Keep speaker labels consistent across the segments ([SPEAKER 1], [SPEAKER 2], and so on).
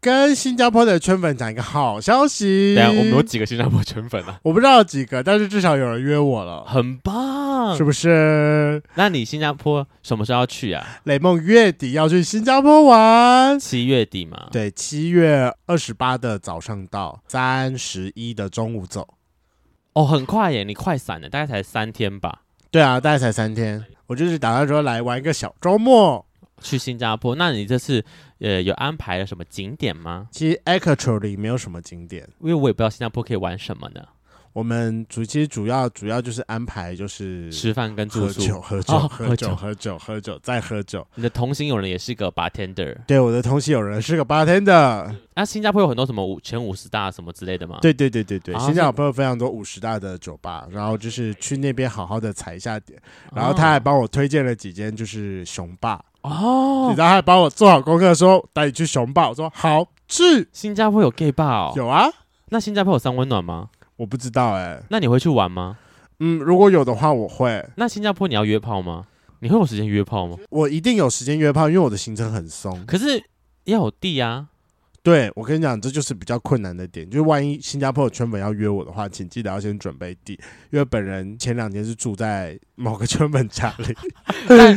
[SPEAKER 1] 跟新加坡的圈粉讲一个好消息。
[SPEAKER 2] 对啊，我们有几个新加坡圈粉 啊？
[SPEAKER 1] 我不知道有几个，但是至少有人约我了，
[SPEAKER 2] 很棒
[SPEAKER 1] 是！不是？
[SPEAKER 2] 那你新加坡什么时候要去啊？
[SPEAKER 1] 雷梦月底要去新加坡玩。
[SPEAKER 2] 七月底嘛。
[SPEAKER 1] 对，七月二十八的早上到，三十一的中午走。
[SPEAKER 2] 哦，很快耶，你快闪了，大概才三天吧。
[SPEAKER 1] 对啊，大概才三天，我就是打算说来玩一个小周末。
[SPEAKER 2] 去新加坡，那你这次呃有安排了什么景点吗？
[SPEAKER 1] 其实 actually 没有什么景点，
[SPEAKER 2] 因为我也不知道新加坡可以玩什么呢，
[SPEAKER 1] 我们主其实主要主要就是安排就是
[SPEAKER 2] 吃饭跟住
[SPEAKER 1] 喝
[SPEAKER 2] 宿。
[SPEAKER 1] 酒喝酒
[SPEAKER 2] 哦
[SPEAKER 1] 喝
[SPEAKER 2] 喝
[SPEAKER 1] 酒
[SPEAKER 2] 酒
[SPEAKER 1] 喝酒喝酒再喝酒。
[SPEAKER 2] 你的同行友人也是个 bartender，
[SPEAKER 1] 对，我的同行有人是个 bartender，
[SPEAKER 2] 那、新加坡有很多什么五前五十大什么之类的吗？，
[SPEAKER 1] 对对对对对，
[SPEAKER 2] 啊
[SPEAKER 1] 新加
[SPEAKER 2] 是
[SPEAKER 1] 坡有非常多五十大的酒吧，然后就是去那边好好的踩一下点，
[SPEAKER 2] 哦
[SPEAKER 1] 然后他还帮我推荐了几间就是熊吧，你
[SPEAKER 2] 哦
[SPEAKER 1] 知，道他还帮我做好功课说带你去熊吧，我说好去，
[SPEAKER 2] 新加坡有 gay bar，、哦、
[SPEAKER 1] 有啊，
[SPEAKER 2] 那新加坡有三温暖吗？
[SPEAKER 1] 我不知道哎、
[SPEAKER 2] 那你会去玩吗？
[SPEAKER 1] 嗯，如果有的话我会，
[SPEAKER 2] 那新加坡你要约炮吗？你会有时间约炮吗？
[SPEAKER 1] 我一定有时间约炮，因为我的行程很松。
[SPEAKER 2] 可是要有地啊，
[SPEAKER 1] 对我跟你讲，这就是比较困难的点，就是万一新加坡的圈粉要约我的话，请记得要先准备地，因为本人前两天是住在某个圈粉家 里。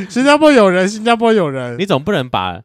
[SPEAKER 1] 新加坡有人，新加坡有人，
[SPEAKER 2] 你总不能把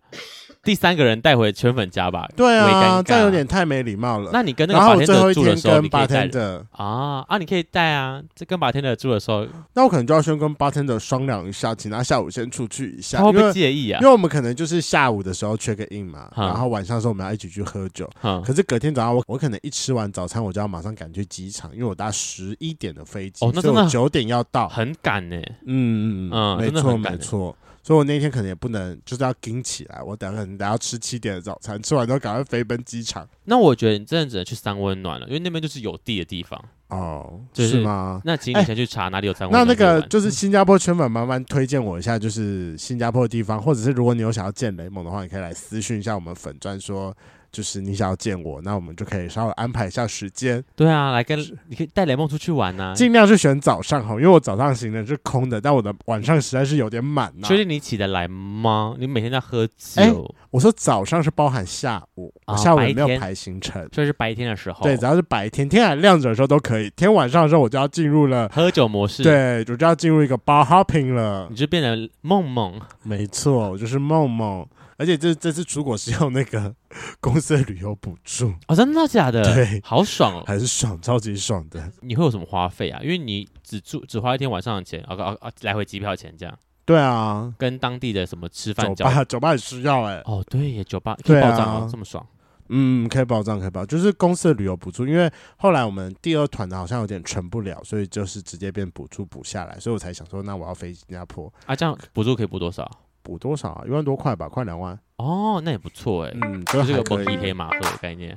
[SPEAKER 2] 第三个人带回圈粉家吧？
[SPEAKER 1] 对
[SPEAKER 2] 微尴
[SPEAKER 1] 啊，
[SPEAKER 2] 尬
[SPEAKER 1] 这样有点太没礼貌了。
[SPEAKER 2] 那你跟那个
[SPEAKER 1] 然后我最后
[SPEAKER 2] bartender
[SPEAKER 1] 一
[SPEAKER 2] 住的
[SPEAKER 1] 天
[SPEAKER 2] 时候，
[SPEAKER 1] 跟
[SPEAKER 2] 你可以带
[SPEAKER 1] bartender，
[SPEAKER 2] 啊啊，你可以带啊。这跟 bartender 住的时候，
[SPEAKER 1] 那我可能就要先跟 bartender 商量一下，请他下午先出去一下，
[SPEAKER 2] 他会
[SPEAKER 1] 因
[SPEAKER 2] 不会
[SPEAKER 1] 为
[SPEAKER 2] 介意啊
[SPEAKER 1] 因？为我们可能就是下午的时候 check in 嘛，
[SPEAKER 2] 嗯
[SPEAKER 1] 然后晚上的时候我们要一起去喝酒。
[SPEAKER 2] 嗯，
[SPEAKER 1] 可是隔天早上我我可能一吃完早餐我就要马上赶去机场，因为我搭十一点的飞机，
[SPEAKER 2] 哦那
[SPEAKER 1] 所以
[SPEAKER 2] 真的
[SPEAKER 1] 我九点要到。
[SPEAKER 2] 很赶呢、
[SPEAKER 1] 嗯嗯嗯，
[SPEAKER 2] 嗯
[SPEAKER 1] 没
[SPEAKER 2] 真的
[SPEAKER 1] 错
[SPEAKER 2] 很赶
[SPEAKER 1] 没
[SPEAKER 2] 欸
[SPEAKER 1] 错。所以我那天可能也不能就是要盯起来，我等下可能等下要吃七点的早餐，吃完之后赶快飞奔机场。
[SPEAKER 2] 那我觉得你真的只能去三温暖了，因为那边就是有地的地方。
[SPEAKER 1] 哦，
[SPEAKER 2] 就是
[SPEAKER 1] 是吗？
[SPEAKER 2] 那请你先去查哪里有三温
[SPEAKER 1] 那
[SPEAKER 2] 暖。
[SPEAKER 1] 哎那个
[SPEAKER 2] 可以玩嗯
[SPEAKER 1] 就是新加坡圈粉，麻烦推荐我一下，就是新加坡的地方，或者是如果你有想要见雷蒙的话，你可以来私讯一下我们粉钻说。就是你想要见我，那我们就可以稍微安排一下时间，
[SPEAKER 2] 对啊，来跟你可以带雷梦出去玩啊呐、
[SPEAKER 1] 尽量是选早上哈，因为我早上行程是空的，但我的晚上实在是有点满呐、
[SPEAKER 2] 确定你起得来吗？你每天在喝
[SPEAKER 1] 哎
[SPEAKER 2] 酒，
[SPEAKER 1] 我说早上是包含下午，
[SPEAKER 2] 啊
[SPEAKER 1] 我下午也
[SPEAKER 2] 白
[SPEAKER 1] 没有
[SPEAKER 2] 天
[SPEAKER 1] 排行程。
[SPEAKER 2] 所以是白天的时候，
[SPEAKER 1] 对，只要是白天天还亮着的时候都可以，天晚上的时候我就要进入了，
[SPEAKER 2] 喝酒模式，，
[SPEAKER 1] 对，我就要进入一个 bar hopping 了
[SPEAKER 2] 你。就变成梦梦。
[SPEAKER 1] 没错，我就是梦梦，而且这这次出国是用那个 公司的旅游补助，
[SPEAKER 2] 哦，真的假的？
[SPEAKER 1] 对
[SPEAKER 2] 好爽哦！
[SPEAKER 1] 还是爽，超级爽的。
[SPEAKER 2] 你会有什么花费啊？因为你只住只花一天晚上的钱，啊啊啊，来回机票钱这样，
[SPEAKER 1] 对啊，
[SPEAKER 2] 跟当地的什么吃饭
[SPEAKER 1] 酒
[SPEAKER 2] 交换。
[SPEAKER 1] 吧酒吧也需要哎、
[SPEAKER 2] 哦，对耶，酒吧可
[SPEAKER 1] 对
[SPEAKER 2] 以
[SPEAKER 1] 啊
[SPEAKER 2] 报账哦，这么爽。
[SPEAKER 1] 嗯，可以保障，可以保障，就是公司的旅游补助，因为后来我们第二团的好像有点成不了，所以就是直接变补助补下来，所以我才想说，那我要飞新加坡，
[SPEAKER 2] 啊，这样补助可以补多少？
[SPEAKER 1] 补多少啊？一万多块吧，快两万。
[SPEAKER 2] 哦，那也不错哎，
[SPEAKER 1] 嗯，
[SPEAKER 2] 就
[SPEAKER 1] 这
[SPEAKER 2] 是
[SPEAKER 1] 还
[SPEAKER 2] 个
[SPEAKER 1] 可
[SPEAKER 2] 蹦迪
[SPEAKER 1] 以。
[SPEAKER 2] 黑马赫的概念。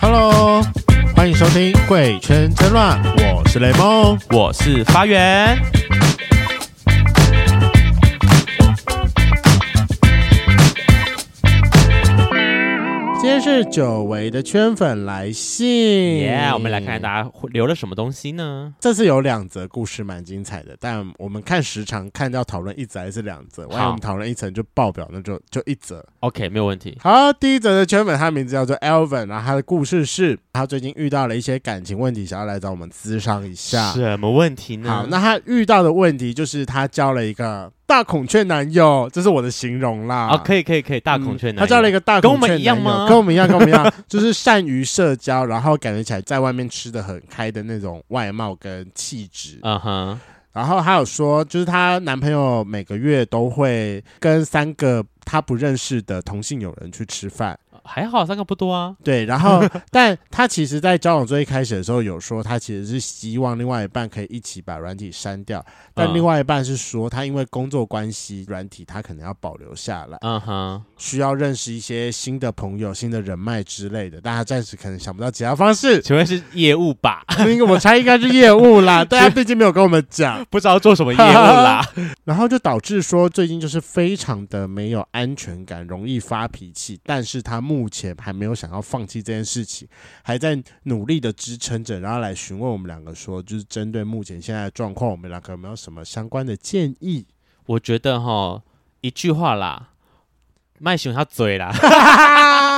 [SPEAKER 1] Hello，欢迎收听《贵圈争乱》，我是雷梦。
[SPEAKER 2] 我是发源，
[SPEAKER 1] 今天是久违的圈粉来信，
[SPEAKER 2] 耶、我们来看看大家会留了什么东西呢？
[SPEAKER 1] 这次有两则故事蛮精彩的，但我们看时长，看要讨论一则还是两则，万一
[SPEAKER 2] 好
[SPEAKER 1] 我们讨论一层就爆表，那就就一则。
[SPEAKER 2] OK，没有问题。
[SPEAKER 1] 好，第一则的圈粉，他的名字叫做 Elvin，然后他的故事是，他最近遇到了一些感情问题，想要来找我们咨商一下。
[SPEAKER 2] 什么问题呢？
[SPEAKER 1] 啊好，那他遇到的问题就是他交了一个大孔雀男友，这是我的形容啦。
[SPEAKER 2] 啊，可
[SPEAKER 1] 以。
[SPEAKER 2] 以可以可以，大孔雀男友、
[SPEAKER 1] 嗯他交了一个大孔雀男友
[SPEAKER 2] 跟我们一样吗
[SPEAKER 1] 跟我们一样，跟我们一样， 就是善于社交，然后感觉起来在外面吃的很开的那种外貌跟气质。
[SPEAKER 2] 嗯哼，
[SPEAKER 1] 然后还有说，就是她男朋友每个月都会跟三个她不认识的同性友人去吃饭。
[SPEAKER 2] 还好三个不多啊。
[SPEAKER 1] 对，然 后，但她其实，在交往最一开始的时候，有说她其实是希望另外一半可以一起把软体删掉，但
[SPEAKER 2] 嗯
[SPEAKER 1] 另外一半是说，她因为工作关系，软体她可能要保留下来，
[SPEAKER 2] 嗯哼，。
[SPEAKER 1] 需要认识一些新的朋友、新的人脉之类的，但她暂时可能想不到其他方式
[SPEAKER 2] 请问是业务吧？
[SPEAKER 1] 应该我猜应该是业务啦，但啊她毕竟没有跟我们讲。
[SPEAKER 2] 不知道做什么业务啦。
[SPEAKER 1] 然后就导致说最近就是非常的没有安全感，容易发脾气。但是他目前还没有想要放弃这件事情，还在努力的支撑着，然后来询问我们两个说，就是针对目前现在的状况，我们两个有没有什么相关的建议？
[SPEAKER 2] 我觉得哈，一句话啦，卖熊他嘴啦，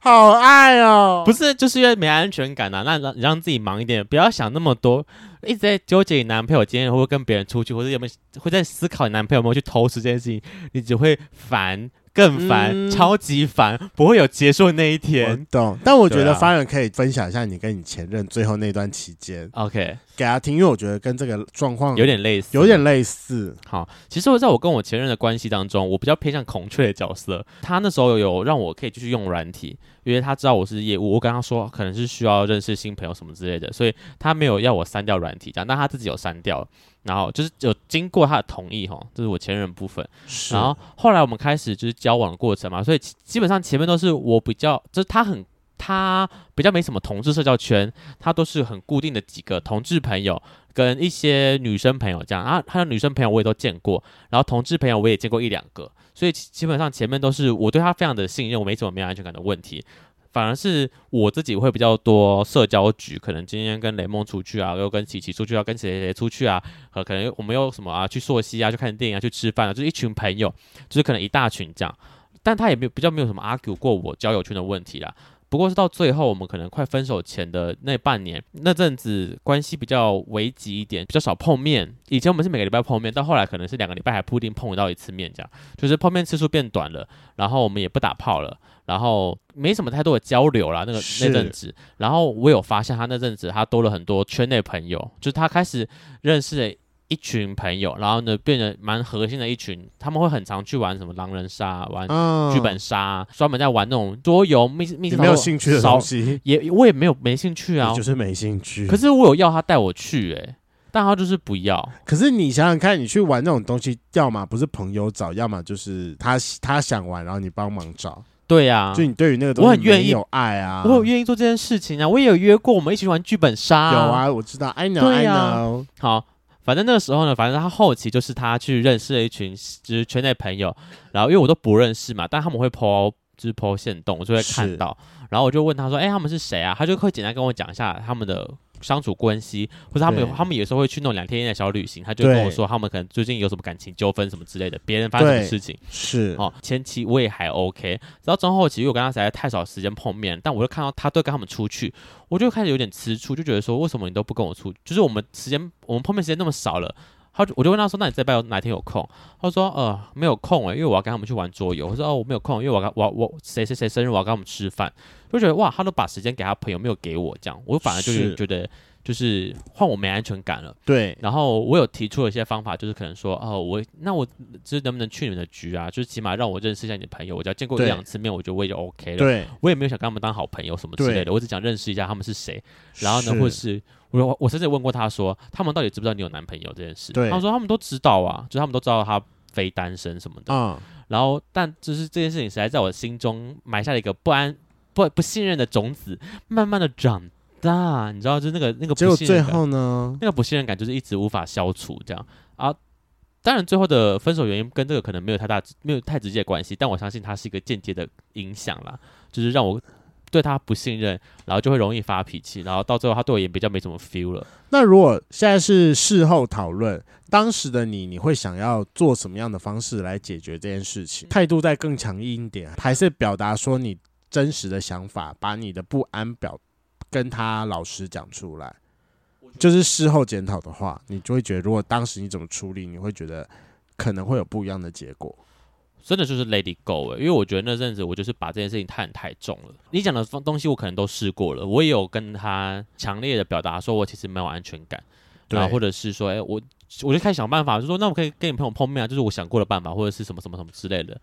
[SPEAKER 1] 好爱哦！
[SPEAKER 2] 不是就是因为没安全感啊，那让让自己忙一点，不要想那么多，一直在纠结你男朋友今天会不会跟别人出去，或者有没有会在思考你男朋友有没有去偷吃这件事情，你只会烦，更烦，
[SPEAKER 1] 嗯
[SPEAKER 2] 超级烦，不会有结束那一
[SPEAKER 1] 我
[SPEAKER 2] 天。
[SPEAKER 1] 懂，但我觉
[SPEAKER 2] 对
[SPEAKER 1] 得
[SPEAKER 2] 啊
[SPEAKER 1] 发人可以分享一下你跟你前任最后那段期间
[SPEAKER 2] OK，
[SPEAKER 1] 给他听，因为我觉得跟这个状况
[SPEAKER 2] 有点类似，
[SPEAKER 1] 嗯有点类似。
[SPEAKER 2] 好，其实我在我跟我前任的关系当中，我比较偏向孔雀的角色。他那时候有让我可以继续用软体，因为他知道我是业务，我跟他说可能是需要认识新朋友什么之类的，所以他没有要我删掉软体这样，但他自己有删掉，然后就是有经过他的同意哈，这是我前任的部分。
[SPEAKER 1] 是
[SPEAKER 2] 嗯然后后来我们开始就是交往的过程嘛，所以其基本上前面都是我比较，就是他很他比较没什么同志社交圈，他都是很固定的几个同志朋友跟一些女生朋友这样啊，他的女生朋友我也都见过，然后同志朋友我也见过一两个，所以其基本上前面都是我对他非常的信任，我没什么没有安全感的问题。反而是我自己会比较多社交局，可能今天跟雷梦出去啊，又跟琪琪出去啊，跟谁谁谁出去啊，呃，可能我们又什么啊，去溯溪啊，去看电影啊，去吃饭啊，就是一群朋友，就是可能一大群这样。但他也没有比较没有什么 argue 过我交友圈的问题啦。不过是到最后，我们可能快分手前的那半年，那阵子关系比较危急一点，比较少碰面。以前我们是每个礼拜碰面，到后来可能是两个礼拜还不一定碰到一次面，这样就是碰面次数变短了，然后我们也不打炮了，然后没什么太多的交流啦。那个那
[SPEAKER 1] 是
[SPEAKER 2] 阵子，然后我有发现他那阵子他多了很多圈内朋友，就是他开始认识了一群朋友，然后呢变得蛮核心的一群，他们会很常去玩什么狼人杀，啊玩
[SPEAKER 1] 嗯
[SPEAKER 2] 剧本杀，啊专门在玩那种桌游、密
[SPEAKER 1] 你
[SPEAKER 2] 密室逃脱
[SPEAKER 1] 没有兴趣的
[SPEAKER 2] 少
[SPEAKER 1] 东西，
[SPEAKER 2] 也我也没有没兴趣啊
[SPEAKER 1] 你就。是没兴趣。
[SPEAKER 2] 可是我有要他带我去、欸，但他就是不要。
[SPEAKER 1] 可是你想想看，你去玩那种东西，要么不是朋友找，要么就是他他想玩，然后你帮忙找。
[SPEAKER 2] 对啊
[SPEAKER 1] 就，你对于那个东西
[SPEAKER 2] 我很愿意
[SPEAKER 1] 没有爱啊，
[SPEAKER 2] 我有愿意做这件事情啊，我也有约过我们一起玩剧本杀、
[SPEAKER 1] 有。啊，我知道，I know I
[SPEAKER 2] 对啊
[SPEAKER 1] know，
[SPEAKER 2] 好，反正那个时候呢，反正他后期就是他去认识了一群就是圈内朋友，然后因为我都不认识嘛，但他们会 po 就是 po 线动，我就会看
[SPEAKER 1] 是
[SPEAKER 2] 到，然后我就问他说，哎、他们是谁啊？他就会简单跟我讲一下他们的。相处关系，或者他们有
[SPEAKER 1] 对
[SPEAKER 2] 他们有时候会去那种两天一夜的小旅行，他就会跟我
[SPEAKER 1] 对
[SPEAKER 2] 说他们可能最近有什么感情纠纷什么之类的，别人发生什么
[SPEAKER 1] 对
[SPEAKER 2] 事情，
[SPEAKER 1] 是
[SPEAKER 2] 哦，前期我也还 OK，直到中后期，因为我跟他实在太少时间碰面，但我就看到他都跟他们出去，我就开始有点吃醋，就觉得说为什么你都不跟我出？就是我们时间我们碰面时间那么少了。他就我就问他说：“那你这礼拜有哪天有空？”他说：“呃，没有空诶、因为我要跟他们去玩桌游。”我说：“哦，我没有空，因为我要跟我我谁谁谁生日，我要跟他们吃饭。”就觉得哇，他都把时间给他朋友，没有给我这样，我反而就是
[SPEAKER 1] 是
[SPEAKER 2] 觉得就是换我没安全感了。
[SPEAKER 1] 对，
[SPEAKER 2] 然后我有提出了一些方法，就是可能说，哦，我那我就是能不能去你们的局啊？就是起码让我认识一下你的朋友，我只要见过一
[SPEAKER 1] 对
[SPEAKER 2] 两次面，我觉得我也就 OK 了。
[SPEAKER 1] 对，
[SPEAKER 2] 我也没有想跟他们当好朋友什么之类的，
[SPEAKER 1] 对
[SPEAKER 2] 我只想认识一下他们是谁。然后呢，或者是我我甚至问过他说，他们到底知不知道你有男朋友这件事？
[SPEAKER 1] 对
[SPEAKER 2] 他说他们都知道啊，就是他们都知道他非单身什么的。
[SPEAKER 1] 啊，
[SPEAKER 2] 然后，但就是这件事情实在在我心中埋下了一个不安、不不信任的种子，慢慢的长大，你知道，就是那个那个
[SPEAKER 1] 结
[SPEAKER 2] 不
[SPEAKER 1] 果
[SPEAKER 2] 信任
[SPEAKER 1] 最
[SPEAKER 2] 感。
[SPEAKER 1] 后呢，
[SPEAKER 2] 那个不信任感就是一直无法消除这样啊。当然，最后的分手原因跟这个可能没有太大、没有太直接的关系，但我相信它是一个间接的影响啦，就是让我对他不信任，然后就会容易发脾气，然后到最后他对我也比较没什么 feel 了。
[SPEAKER 1] 那如果现在是事后讨论，当时的你，你会想要做什么样的方式来解决这件事情？态度再更强硬一点，还是表达说你真实的想法，把你的不安表跟他老实讲出来？就是事后检讨的话，你就会觉得，如果当时你怎么处理，你会觉得可能会有不一样的结果。
[SPEAKER 2] 真的就是 Lady Go 欸因为我觉得那阵子我就是把这件事情看得太重了。你讲的方东西我可能都试过了，我也有跟他强烈的表达说我其实没有安全感，
[SPEAKER 1] 对
[SPEAKER 2] 然后或者是说，哎、我我就开始想办法，就说那我可以跟你朋友碰面啊，就是我想过的办法，或者是什么什么什么之类的。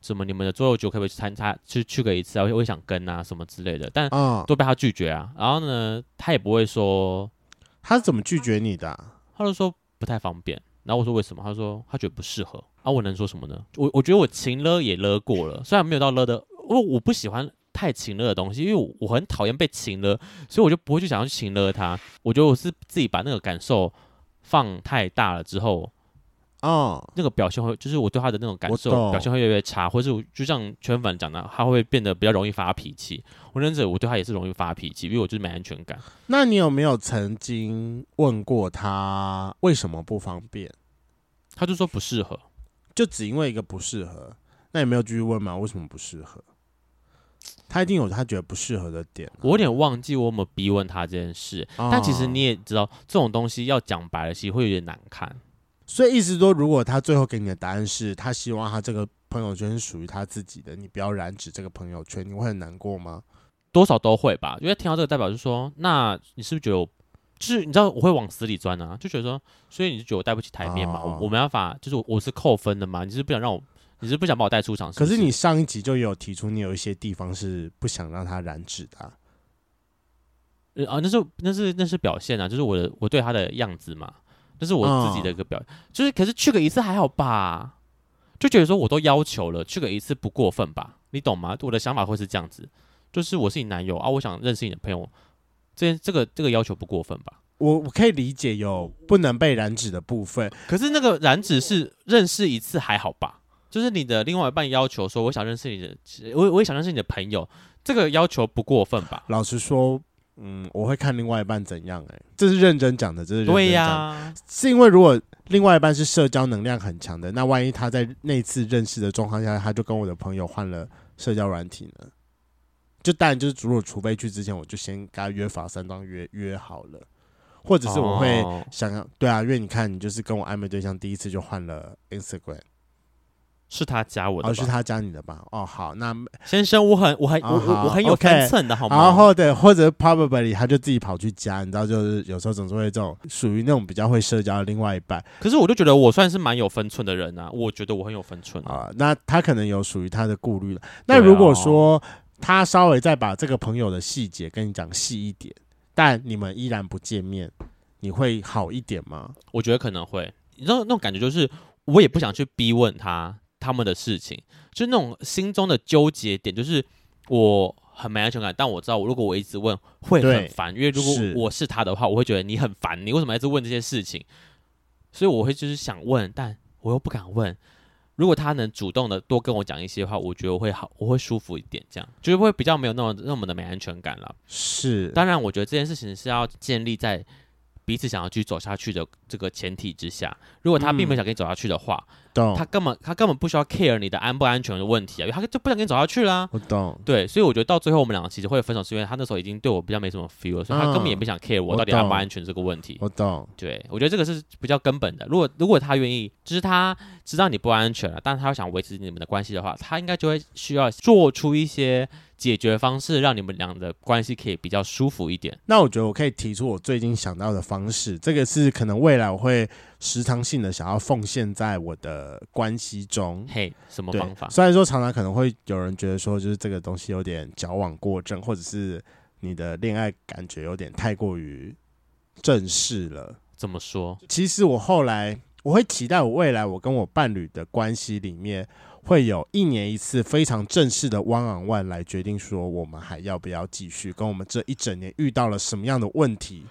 [SPEAKER 2] 什么你们的桌游局可不可以去参加去去个一次啊？我也我也想跟啊，什么之类的，但
[SPEAKER 1] 啊、
[SPEAKER 2] 都被他拒绝啊。然后呢，他也不会说，
[SPEAKER 1] 他是怎么拒绝你的啊、
[SPEAKER 2] 他就说不太方便。然后我说为什么？他说他觉得不适合啊。我能说什么呢？我我觉得我情勒也勒过了，虽然没有到勒的，我我不喜欢太情勒的东西，因为我我很讨厌被情勒，所以我就不会去想要去情勒他。我觉得我是自己把那个感受放太大了之后，
[SPEAKER 1] 哦，
[SPEAKER 2] 那个表现会就是我对他的那种感受
[SPEAKER 1] 我懂
[SPEAKER 2] 表现会越来越差，或是我就像圈粉讲的，他会变得比较容易发脾气。我认识我对他也是容易发脾气，因为我就是没安全感。
[SPEAKER 1] 那你有没有曾经问过他为什么不方便？
[SPEAKER 2] 他就说不适合，
[SPEAKER 1] 就只因为一个不适合，那也没有继续问嘛，为什么不适合？他一定有他觉得不适合的点啊、
[SPEAKER 2] 我有点忘记我有没有逼问他这件事，
[SPEAKER 1] 哦
[SPEAKER 2] 但其实你也知道，这种东西要讲白了，其实会有点难看。
[SPEAKER 1] 所以意思说，如果他最后给你的答案是他希望他这个朋友圈是属于他自己的，你不要染指这个朋友圈，你会很难过吗？
[SPEAKER 2] 多少都会吧，因为听到这个代表就说，那你是不是觉得我，就是你知道我会往死里钻啊，就觉得说，所以你就觉得我带不起台面嘛，
[SPEAKER 1] 哦
[SPEAKER 2] 我我没办法，就是我我是扣分的嘛，你是不想让我，你是不想把我带出场
[SPEAKER 1] 可
[SPEAKER 2] 是
[SPEAKER 1] 是
[SPEAKER 2] 不是
[SPEAKER 1] 你上一集就有提出，你有一些地方是不想让他染指的啊、
[SPEAKER 2] 呃啊，那是那是那是表现啊，就是我的我对他的样子嘛，那是我自己的一个表，就是可是去个一次还好吧，就觉得说我都要求了，去个一次不过分吧，你懂吗？我的想法会是这样子，就是我是你男友啊，我想认识你的朋友，这这个这个要求不过分吧？
[SPEAKER 1] 我我可以理解有不能被染指的部分，
[SPEAKER 2] 可是那个染指是认识一次还好吧？就是你的另外一半要求说，我想认识你的，我我也想认识你的朋友，这个要求不过分吧？
[SPEAKER 1] 老实说，嗯，我会看另外一半怎样、欸。这是认真讲的，这是认真
[SPEAKER 2] 对呀、
[SPEAKER 1] 讲的是因为如果另外一半是社交能量很强的，那万一他在那次认识的状况下，他就跟我的朋友换了社交软体呢？就当然就是，如果除非去之前，我就先跟他约法三章约约好了，或者是我会
[SPEAKER 2] 哦
[SPEAKER 1] 想要、对啊，因为你看你就是跟我暧昧对象第一次就换了 Instagram，
[SPEAKER 2] 是他加我的
[SPEAKER 1] 而、
[SPEAKER 2] 吧，
[SPEAKER 1] 是他加你的吧？哦，好，那
[SPEAKER 2] 先生，我很我很、
[SPEAKER 1] 哦
[SPEAKER 2] 我我
[SPEAKER 1] 好
[SPEAKER 2] 我很有
[SPEAKER 1] OK
[SPEAKER 2] 分寸的好吗？
[SPEAKER 1] 然后对，或者 probably 他就自己跑去加，你知道，就是有时候总是会这种属于那种比较会社交的另外一半。
[SPEAKER 2] 可是我就觉得我算是蛮有分寸的人啊，我觉得我很有分寸、啊。
[SPEAKER 1] 啊、那他可能有属于他的顾虑了。那
[SPEAKER 2] 对啊
[SPEAKER 1] 如果说他稍微再把这个朋友的细节跟你讲细一点，但你们依然不见面，你会好一点吗？
[SPEAKER 2] 我觉得可能会，你知道那种感觉就是，我也不想去逼问他他们的事情，就是那种心中的纠结点，就是我很没安全感，但我知道我如果我一直问会很
[SPEAKER 1] 对
[SPEAKER 2] 烦，因为如果
[SPEAKER 1] 是
[SPEAKER 2] 我是他的话，我会觉得你很烦，你为什么一直问这些事情？所以我会就是想问，但我又不敢问。如果他能主动的多跟我讲一些话，我觉得我会好，我会舒服一点，这样就是会比较没有那么那么的没安全感了。
[SPEAKER 1] 是，
[SPEAKER 2] 当然，我觉得这件事情是要建立在彼此想要继续走下去的这个前提之下。如果他并没有想跟你走下去的话，
[SPEAKER 1] 懂
[SPEAKER 2] 他，根本他根本不需要 care 你的安不安全的问题啊，因为他就不想跟你走下去啦。
[SPEAKER 1] 我懂，
[SPEAKER 2] 对，所以我觉得到最后我们两个其实会分手，是因为他那时候已经对我比较没什么 feel 了，所以他根本也不想 care 我
[SPEAKER 1] 我
[SPEAKER 2] 到底安不
[SPEAKER 1] 懂
[SPEAKER 2] 安全这个问题。
[SPEAKER 1] 我懂，
[SPEAKER 2] 对，我觉得这个是比较根本的。如果如果他愿意，就是他知道你不安全了，但他想维持你们的关系的话，他应该就会需要做出一些解决方式，让你们俩的关系可以比较舒服一点。
[SPEAKER 1] 那我觉得我可以提出我最近想到的方式，这个是可能未来我会时常性的想要奉献在我的关系中。
[SPEAKER 2] 嘿，什么
[SPEAKER 1] 对
[SPEAKER 2] 方法？
[SPEAKER 1] 虽然说常常可能会有人觉得说，就是这个东西有点矫枉过正，或者是你的恋爱感觉有点太过于正式了。
[SPEAKER 2] 怎么说？
[SPEAKER 1] 其实我后来我会期待我未来我跟我伴侣的关系里面会有一年一次非常正式的 one on one 来决定说我们还要不要继续，跟我们这一整年遇到了什么样的问题，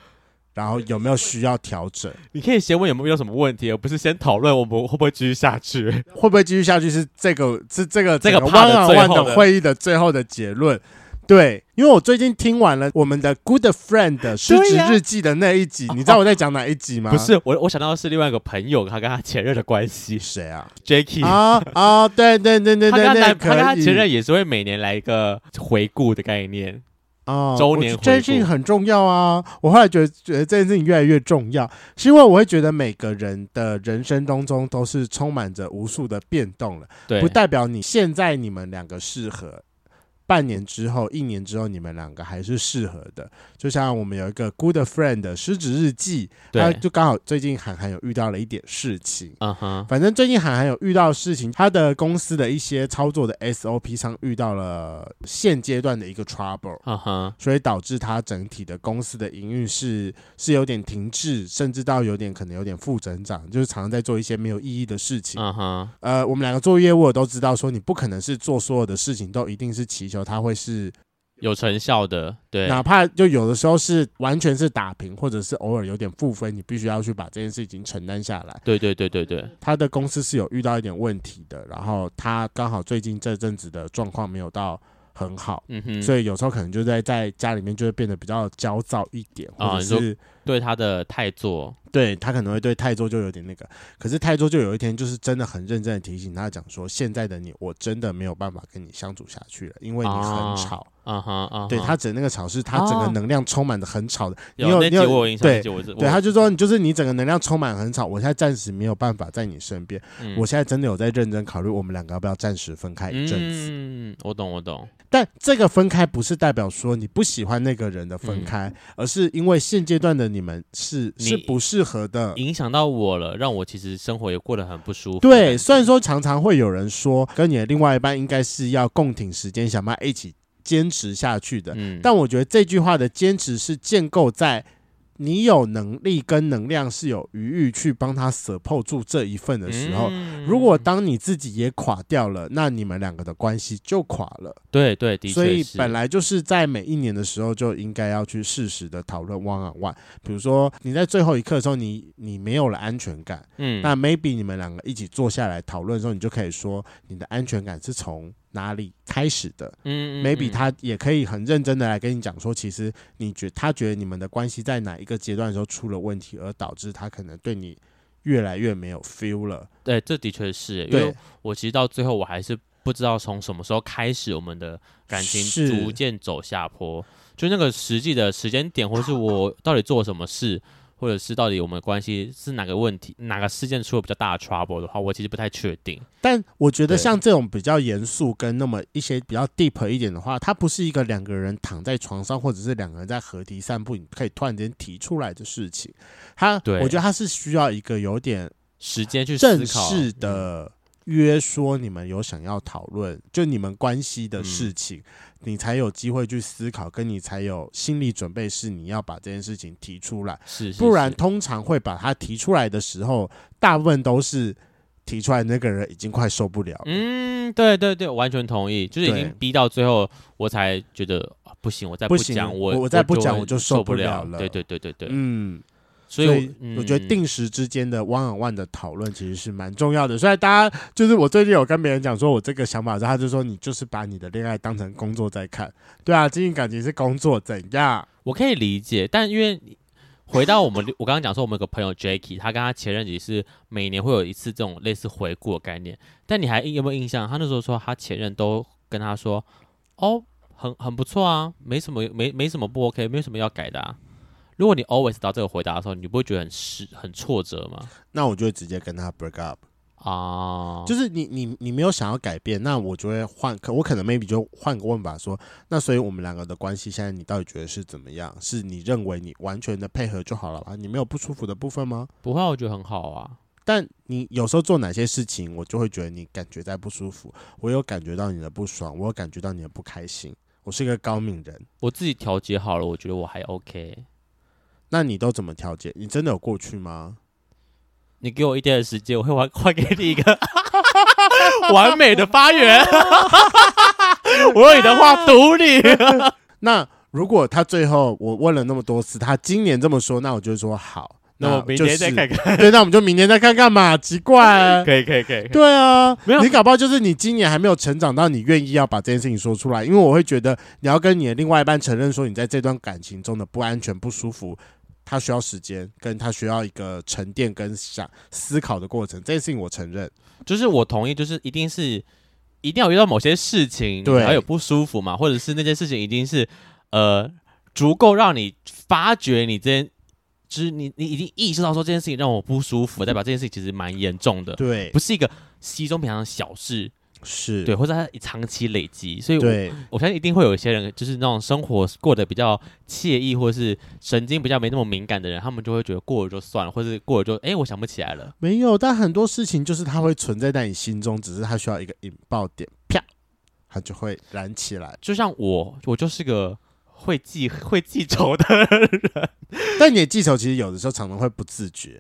[SPEAKER 1] 然后有没有需要调整。
[SPEAKER 2] 你可以先问有没有什么问题，而不是先讨论我们会不会继续下去。
[SPEAKER 1] 会不会继续下去是这个是这个
[SPEAKER 2] 这个
[SPEAKER 1] 整
[SPEAKER 2] part 的
[SPEAKER 1] one on
[SPEAKER 2] 最
[SPEAKER 1] one
[SPEAKER 2] 后的
[SPEAKER 1] 的会议的最后的结论。对，因为我最近听完了我们的 Good Friend 的失职日记的那一集，你知道我在讲哪一集吗？
[SPEAKER 2] 哦不是我，我想到的是另外一个朋友，他跟他前任的关 系
[SPEAKER 1] 谁啊？
[SPEAKER 2] ，Jacky。
[SPEAKER 1] 啊啊，对对对对
[SPEAKER 2] 他
[SPEAKER 1] 对
[SPEAKER 2] 跟他
[SPEAKER 1] 对，
[SPEAKER 2] 男，他跟他
[SPEAKER 1] 可以
[SPEAKER 2] 前任也是会每年来一个回顾的概念。
[SPEAKER 1] 哦
[SPEAKER 2] 周年
[SPEAKER 1] 我觉得这
[SPEAKER 2] 回
[SPEAKER 1] 件事情
[SPEAKER 2] 顾
[SPEAKER 1] 很重要啊！我后来觉得觉得这件事情越来越重要，是因为我会觉得每个人的人生当中都是充满着无数的变动了。
[SPEAKER 2] 对，
[SPEAKER 1] 不代表你现在你们两个适合，半年之后、一年之后你们两个还是适合的。就像我们有一个 Good Friend 的失职日记，他
[SPEAKER 2] 对，
[SPEAKER 1] 就刚好最近韩寒有遇到了一点事情。
[SPEAKER 2] 嗯哼，
[SPEAKER 1] 反正最近韩寒有遇到事情，他的公司的一些操作的 SOP 上遇到了现阶段的一个 trouble，
[SPEAKER 2] 嗯哼，
[SPEAKER 1] 所以导致他整体的公司的营运是是有点停滞，甚至到有点可能有点负增长，就是常常在做一些没有意义的事情。
[SPEAKER 2] 嗯哼。
[SPEAKER 1] 呃，我们两个做业务的都知道，说你不可能是做所有的事情都一定是祈求它会是，
[SPEAKER 2] 有成效的，对，
[SPEAKER 1] 哪怕就有的时候是完全是打平，或者是偶尔有点负分，你必须要去把这件事情承担下来。
[SPEAKER 2] 对对对对对，
[SPEAKER 1] 他的公司是有遇到一点问题的，然后他刚好最近这阵子的状况没有到很好，
[SPEAKER 2] 嗯哼，
[SPEAKER 1] 所以有时候可能就在在家里面就会变得比较焦躁一点，
[SPEAKER 2] 啊
[SPEAKER 1] 或者
[SPEAKER 2] 你说
[SPEAKER 1] 是
[SPEAKER 2] 对他的太做，
[SPEAKER 1] 对他可能会对泰州就有点那个，可是泰州就有一天就是真的很认真的提醒他讲说，现在的你我真的没有办法跟你相处下去了，因为你很吵。
[SPEAKER 2] 啊哈啊哈，
[SPEAKER 1] 对他整那个吵是他整个
[SPEAKER 2] 哦
[SPEAKER 1] 能量充满的很吵的，你
[SPEAKER 2] 有那
[SPEAKER 1] 你
[SPEAKER 2] 集我有印象，
[SPEAKER 1] 对
[SPEAKER 2] 那集我是
[SPEAKER 1] 对，他
[SPEAKER 2] 我
[SPEAKER 1] 就说你就是你整个能量充满很吵，我现在暂时没有办法在你身边，
[SPEAKER 2] 嗯
[SPEAKER 1] 我现在真的有在认真考虑我们两个要不要暂时分开一阵子。
[SPEAKER 2] 嗯，我懂我懂，
[SPEAKER 1] 但这个分开不是代表说你不喜欢那个人的分开，而是因为现阶段的你们是
[SPEAKER 2] 嗯你
[SPEAKER 1] 是不适合的。
[SPEAKER 2] 影响到我了，让我其实生活也过得很不舒服。
[SPEAKER 1] 对，虽然说常常会有人说，跟你的另外一半应该是要共挺时间，想办法一起坚持下去的，
[SPEAKER 2] 嗯，
[SPEAKER 1] 但我觉得这句话的坚持是建构在你有能力跟能量是有余裕去帮他 support 住这一份的时候。
[SPEAKER 2] 嗯
[SPEAKER 1] 如果当你自己也垮掉了，那你们两个的关系就垮了。
[SPEAKER 2] 对对，的确
[SPEAKER 1] 所以
[SPEAKER 2] 是
[SPEAKER 1] 本来就是在每一年的时候就应该要去适时的讨论 one on one。比如说你在最后一刻的时候，你你没有了安全感，
[SPEAKER 2] 嗯，
[SPEAKER 1] 那 maybe 你们两个一起坐下来讨论的时候，你就可以说你的安全感是从哪里开始的。
[SPEAKER 2] 嗯嗯
[SPEAKER 1] maybe
[SPEAKER 2] 嗯
[SPEAKER 1] 他也可以很认真的来跟你讲说，其实你觉他觉得你们的关系在哪一个阶段的时候出了问题，而导致他可能对你越来越没有 feel 了。
[SPEAKER 2] 对，这的确是，因
[SPEAKER 1] 对
[SPEAKER 2] 为我其实到最后我还是不知道从什么时候开始我们的感情
[SPEAKER 1] 是
[SPEAKER 2] 逐渐走下坡，就那个实际的时间点，或是我到底做了什么事，或者是到底我们的关系是哪个问题、哪个事件出了比较大的 trouble 的话，我其实不太确定。
[SPEAKER 1] 但我觉得
[SPEAKER 2] 对
[SPEAKER 1] 像这种比较严肃跟那么一些比较 deep 一点的话，它不是一个两个人躺在床上或者是两个人在合体散步，你可以突然间提出来的事情。它，
[SPEAKER 2] 对
[SPEAKER 1] 我觉得它是需要一个有点
[SPEAKER 2] 时间去思
[SPEAKER 1] 正
[SPEAKER 2] 考嗯
[SPEAKER 1] 式的约说你们有想要讨论，就你们关系的事
[SPEAKER 2] 嗯
[SPEAKER 1] 情，你才有机会去思考，跟你才有心理准备，是你要把这件事情提出来
[SPEAKER 2] 嗯。是，是
[SPEAKER 1] 不然，
[SPEAKER 2] 是
[SPEAKER 1] 通常会把它提出来的时候，大部分都是提出来那个人已经快受不了了。
[SPEAKER 2] 嗯，对对对，我完全同意，就是已
[SPEAKER 1] 对
[SPEAKER 2] 经逼到最后，我才觉得、啊不行，我再
[SPEAKER 1] 不行
[SPEAKER 2] 讲，
[SPEAKER 1] 我
[SPEAKER 2] 我
[SPEAKER 1] 我再不讲
[SPEAKER 2] 会
[SPEAKER 1] 我就受
[SPEAKER 2] 受
[SPEAKER 1] 不了
[SPEAKER 2] 了
[SPEAKER 1] 了
[SPEAKER 2] 对对对对对，
[SPEAKER 1] 嗯，
[SPEAKER 2] 所
[SPEAKER 1] 所以
[SPEAKER 2] 嗯
[SPEAKER 1] 我觉得定时之间的 one on one 的讨论其实是蛮重要的。虽然大家就是我最近有跟别人讲说我这个想法的时候，他就说你就是把你的恋爱当成工作在看，对啊，经营感情是工作，怎样？
[SPEAKER 2] 我可以理解，但因为你回到我们， 我刚刚讲说，我们有个朋友 Jacky，他跟他前任也是每年会有一次这种类似回顾的概念。但你还印有没有印象？他那时候说他前任都跟他说：“哦，很很不错啊，没什么没没什么不 OK，没有什么要改的啊。”如果你 always 到这个回答的时候，你不会觉得很失很挫折吗？
[SPEAKER 1] 那我就会直接跟他 break up。
[SPEAKER 2] 啊、
[SPEAKER 1] 就是你你你没有想要改变，那我就会换，可我可能 maybe 就换个问法说，那所以我们两个的关系现在你到底觉得是怎么样？是你认为你完全的配合就好了吧？你没有不舒服的部分吗？
[SPEAKER 2] 不会啊，我觉得很好啊。
[SPEAKER 1] 但你有时候做哪些事情，我就会觉得你感觉在不舒服，我有感觉到你的不爽，我有感觉到你的不开心。我是一个高敏人，
[SPEAKER 2] 我自己调节好了，我觉得我还 OK。
[SPEAKER 1] 那你都怎么调节？你真的有过去吗？
[SPEAKER 2] 你给我一天的时间，我会还还给你一 个完美的发 言。我用你的话堵 你。
[SPEAKER 1] 那如果他最后我问了那么多次，他今年这么说，那我就说好，
[SPEAKER 2] 那我
[SPEAKER 1] 就
[SPEAKER 2] 明
[SPEAKER 1] 是
[SPEAKER 2] 天再看看。
[SPEAKER 1] 对，那我们就明年再看看嘛，奇怪、
[SPEAKER 2] 可以可以可以。
[SPEAKER 1] 对啊，
[SPEAKER 2] 没有
[SPEAKER 1] 你搞不好就是你今年还没有成长到你愿意要把这件事情说出来，因为我会觉得你要跟你的另外一半承认说你在这段感情中的不安全、不舒服，他需要时间，跟他需要一个沉淀跟想思考的过程。这件事情我承认，
[SPEAKER 2] 就是我同意，就是一定是一定要遇到某些事情，
[SPEAKER 1] 对
[SPEAKER 2] 才会有不舒服嘛，或者是那件事情一定是呃足够让你发觉你这件，就是你你已经意识到说这件事情让我不舒服，代表这件事情其实蛮严重的，
[SPEAKER 1] 对
[SPEAKER 2] 不，是一个稀松平常的小事，
[SPEAKER 1] 是，
[SPEAKER 2] 对，或者它长期累积，所以我
[SPEAKER 1] 对，
[SPEAKER 2] 我相信一定会有一些人，就是那种生活过得比较惬意，或是神经比较没那么敏感的人，他们就会觉得过了就算了，或是过了就哎、我想不起来了。
[SPEAKER 1] 没有。但很多事情就是它会存在在你心中，只是它需要一个引爆点，啪，它就会燃起来。
[SPEAKER 2] 就像我，我就是个会记 会记仇的人，
[SPEAKER 1] 但你的记仇其实有的时候常常会不自觉，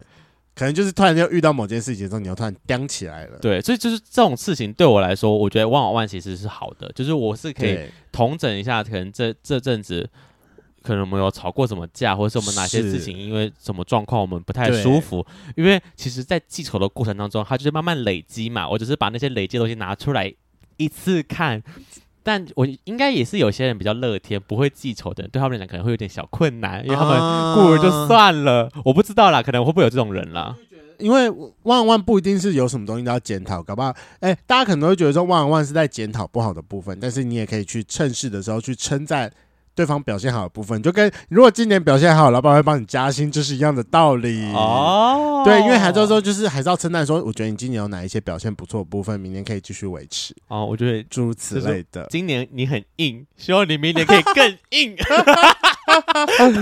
[SPEAKER 1] 可能就是突然间遇到某件事情的时候，你又突然叼起来了。
[SPEAKER 2] 对，所以就是这种事情对我来说，我觉得万万万其实是好的，就是我是可以
[SPEAKER 1] 对，
[SPEAKER 2] 统整一下，可能这这阵子。可能我们有吵过什么架，或者是我们哪些
[SPEAKER 1] 是
[SPEAKER 2] 事情因为什么状况我们不太
[SPEAKER 1] 对
[SPEAKER 2] 舒服，因为其实，在记仇的过程当中，它就是慢慢累积嘛。我只是把那些累积的东西拿出来一次看，但我应该也是有些人比较乐天，不会记仇的人，对他们来讲可能会有点小困难，因为他们
[SPEAKER 1] 顾
[SPEAKER 2] 顾
[SPEAKER 1] 儿
[SPEAKER 2] 了就算了。我不知道啦，可能会不会有这种人啦？
[SPEAKER 1] 啊因为万万不一定是有什么东西都要检讨，搞不好，哎、大家可能会觉得说万万是在检讨不好的部分，但是你也可以去趁势的时候去称赞对方表现好的部分，就跟如果今年表现好，老板会帮你加薪，这是一样的道理。
[SPEAKER 2] 哦，
[SPEAKER 1] 嗯对，因为还是说，就是还是要称赞说，我觉得你今年有哪一些表现不错的部分，明年可以继续维持，
[SPEAKER 2] 哦，我觉得
[SPEAKER 1] 诸如此类的。
[SPEAKER 2] 今年你很硬，希望你明年可以更硬，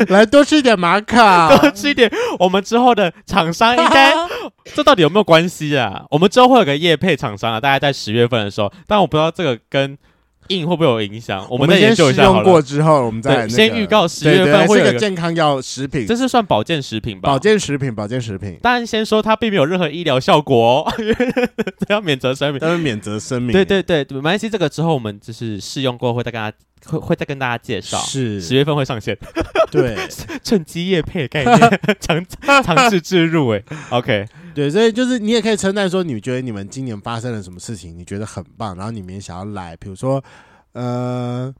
[SPEAKER 1] 来多吃一点玛卡，
[SPEAKER 2] 多吃一点。我们之后的厂商应 该，这到底有没有关系啊？我们之后会有个业配厂商啊，大概在十月份的时候，但我不知道这个跟硬会不会有影响，我
[SPEAKER 1] 我
[SPEAKER 2] 们
[SPEAKER 1] 们
[SPEAKER 2] 再研
[SPEAKER 1] 先
[SPEAKER 2] 究一
[SPEAKER 1] 试
[SPEAKER 2] 下好
[SPEAKER 1] 用
[SPEAKER 2] 了
[SPEAKER 1] 过。之后，我们再、那
[SPEAKER 2] 对，
[SPEAKER 1] 个、
[SPEAKER 2] 先预。告十
[SPEAKER 1] 对
[SPEAKER 2] 月份
[SPEAKER 1] 对，
[SPEAKER 2] 会
[SPEAKER 1] 是
[SPEAKER 2] 有
[SPEAKER 1] 一
[SPEAKER 2] 一
[SPEAKER 1] 个
[SPEAKER 2] 个，
[SPEAKER 1] 健康药食品，
[SPEAKER 2] 这是算保健食品吧？
[SPEAKER 1] 保健食品，保健食品。
[SPEAKER 2] 当然，先说它并没有任何医疗效果、哦， 这要免责声明。
[SPEAKER 1] 但是免责声明。
[SPEAKER 2] 对对对，没关系，这个之后我们就是试用过，会再跟大家会会再跟大家介绍。十
[SPEAKER 1] 是，
[SPEAKER 2] 月份会 上线，
[SPEAKER 1] 对
[SPEAKER 2] 趁机夜配的 概念，强强制置入哎、OK，
[SPEAKER 1] 对，所以就是你也可以称赞说，你觉得你们今年发生了什么事情，你觉得很棒，然后你们也想要来，比如说，呃。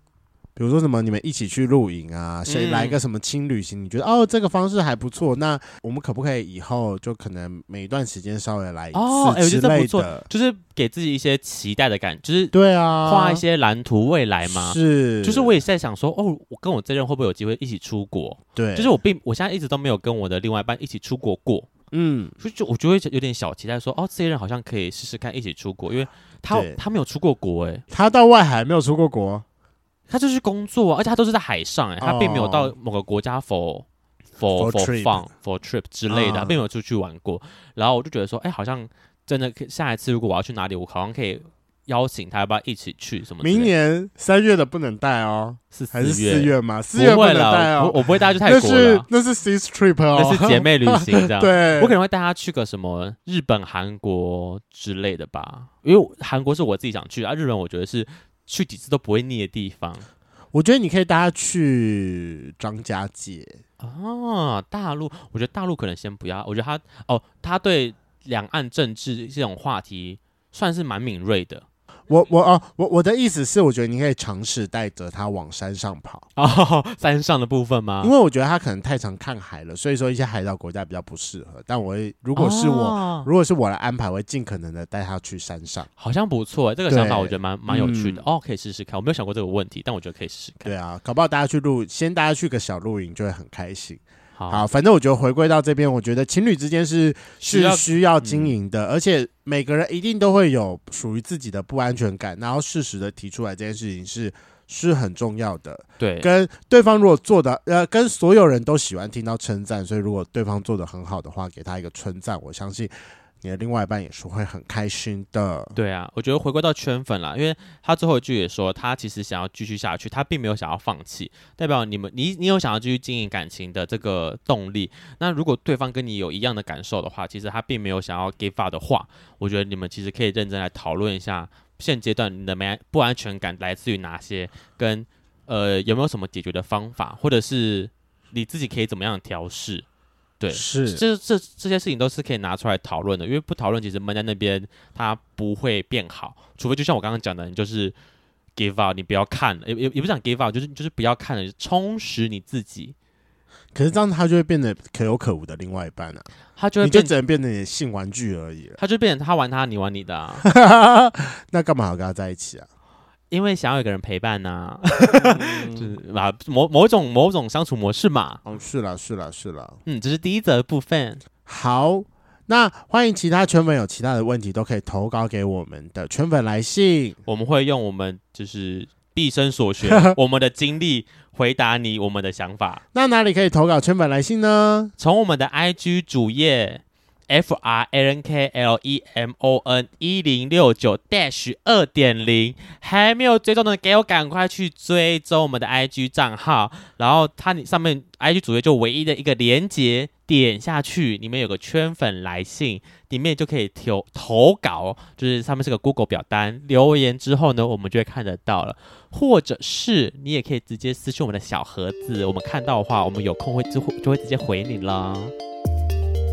[SPEAKER 1] 比如说什么，你们一起去露营啊，谁
[SPEAKER 2] 嗯
[SPEAKER 1] 来个什么轻旅行？你觉得哦，这个方式还不错，那我们可不可以以后就可能每一段时间稍微来一
[SPEAKER 2] 哦哎
[SPEAKER 1] 次
[SPEAKER 2] 我觉
[SPEAKER 1] 之
[SPEAKER 2] 得这
[SPEAKER 1] 类
[SPEAKER 2] 不错
[SPEAKER 1] 的？
[SPEAKER 2] 就是给自己一些期待的感觉，就是
[SPEAKER 1] 对啊，
[SPEAKER 2] 画一些蓝图未来嘛。
[SPEAKER 1] 是，
[SPEAKER 2] 就是我也是在想说，哦，我跟我这任会不会有机会一起出国？
[SPEAKER 1] 对，
[SPEAKER 2] 就是我并我现在一直都没有跟我的另外一半一起出国过，
[SPEAKER 1] 嗯，
[SPEAKER 2] 就就我就会有点小期待说，哦，这些人好像可以试试看一起出国，因为他
[SPEAKER 1] 对
[SPEAKER 2] 他没有出过国哎、
[SPEAKER 1] 他到外海没有出过国，
[SPEAKER 2] 他就是工作啊，而且他都是在海上哎、他并没有到
[SPEAKER 1] 哦
[SPEAKER 2] 某个国家 for for
[SPEAKER 1] For trip
[SPEAKER 2] for 放 for trip 之类的，
[SPEAKER 1] 啊
[SPEAKER 2] 他并没有出去玩过。然后我就觉得说，哎、好像真的可以下一次如果我要去哪里，我好像可以邀请他，要不要一起去什么之类的？
[SPEAKER 1] 明年三月的不能带哦，
[SPEAKER 2] 是
[SPEAKER 1] 还是
[SPEAKER 2] 四
[SPEAKER 1] 四
[SPEAKER 2] 月？
[SPEAKER 1] 月吗？四月
[SPEAKER 2] 不会
[SPEAKER 1] 能带
[SPEAKER 2] 了，我
[SPEAKER 1] 哦，
[SPEAKER 2] 不我不会带他去泰
[SPEAKER 1] 那
[SPEAKER 2] 国
[SPEAKER 1] 是
[SPEAKER 2] 了，
[SPEAKER 1] 那是 Sea Trip 哦，
[SPEAKER 2] 那是姐妹旅行这 样。
[SPEAKER 1] 对，
[SPEAKER 2] 我可能会带他去个什么日本、韩国之类的吧，因为韩国是我自己想去的，啊，日本我觉得是去几次都不会腻的地方
[SPEAKER 1] 我觉得你可以带他去张家界，
[SPEAKER 2] 啊。大陆，我觉得大陆可能先不要，我觉得他哦，他对两岸政治这种话题算是蛮敏锐的
[SPEAKER 1] 我我哦我我的意思是，我觉得你可以尝试带着他往山上跑，
[SPEAKER 2] 哦， 山上的部分吗？
[SPEAKER 1] 因为我觉得他可能太常看海了，所以说一些海岛国家比较不适合。但我会如
[SPEAKER 2] 如
[SPEAKER 1] 果是我。
[SPEAKER 2] 哦、
[SPEAKER 1] 如果是我来安排，我会尽可能的带他去山上。
[SPEAKER 2] 好像不错欸，这个
[SPEAKER 1] 对
[SPEAKER 2] 想法我觉得蛮蛮有趣的、
[SPEAKER 1] 嗯
[SPEAKER 2] 哦，可以试试看。我没有想过这个问题，但我觉得可以试试看。
[SPEAKER 1] 对啊，搞不好大家去露，先大家去个小露营就会很开心。
[SPEAKER 2] 好，
[SPEAKER 1] 好，反正我觉得回归到这边，我觉得情侣之间是
[SPEAKER 2] 需
[SPEAKER 1] 是
[SPEAKER 2] 要嗯
[SPEAKER 1] 需要经营的，而且每个人一定都会有属于自己的不安全感，然后适时的提出来这件事情是是很重要的。
[SPEAKER 2] 对，
[SPEAKER 1] 跟对方如果做的呃，跟所有人都喜欢听到称赞，所以如果对方做的很好的话，给他一个称赞，我相信你的另外一半也是会很开心的。
[SPEAKER 2] 对啊，我觉得回归到圈粉啦，因为他最后一句也说，他其实想要继续下去，他并没有想要放弃，代表你们你你有想要继续经营感情的这个动力。那如果对方跟你有一样的感受的话，其实他并没有想要 give up 的话，我觉得你们其实可以认真来讨论一下，现阶段你的没安不安全感来自于哪些，跟呃有没有什么解决的方法，或者是你自己可以怎么样调试。对，
[SPEAKER 1] 是
[SPEAKER 2] 这这这些事情都是可以拿出来讨论的，因为不讨论，其实闷在那边它不会变好，除非就像我刚刚讲的，你就是 give up，你不要看了，也也也不是讲 give up，就是就是不要看了，充实你自己，
[SPEAKER 1] 可是这样他就会变得可有可无的另外一半啊，
[SPEAKER 2] 它就会
[SPEAKER 1] 你就
[SPEAKER 2] 变，
[SPEAKER 1] 只能变成你的性玩具而已了。，
[SPEAKER 2] 它就变成他玩他，你玩你的、啊
[SPEAKER 1] 那干嘛要跟他在一起啊？
[SPEAKER 2] 因为想要有个人陪伴 呐、
[SPEAKER 1] 嗯
[SPEAKER 2] 就是啊某某种某种相处模式嘛，
[SPEAKER 1] 哦，是啦，是啦，是啦。
[SPEAKER 2] 嗯，这是第一则的部分，
[SPEAKER 1] 好，那欢迎其他圈粉有其他的问题都可以投稿给我们的圈粉来信。
[SPEAKER 2] 我们会用我们就是毕生 所学，我们的经历回答你我们的想法。
[SPEAKER 1] 那哪里可以投稿圈粉来信呢？
[SPEAKER 2] 从我们的 IG 主页 F R A N K L E M O N 一零六九 dash 二点零，还没有追踪的，给我赶快去追踪我们的 IG 账号。然后它上面 IG 主页就唯一的一个连接，点下去，里面有个圈粉来信，里面就可以投投稿，就是上面是个 Google 表单，留言之后呢，我们就会看得到了。或者是你也可以直接私信我们的小盒子，我们看到的话，我们有空会就会就会直接回你了。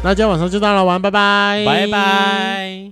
[SPEAKER 1] 那今天晚上就到了，玩，拜拜，
[SPEAKER 2] 拜。拜。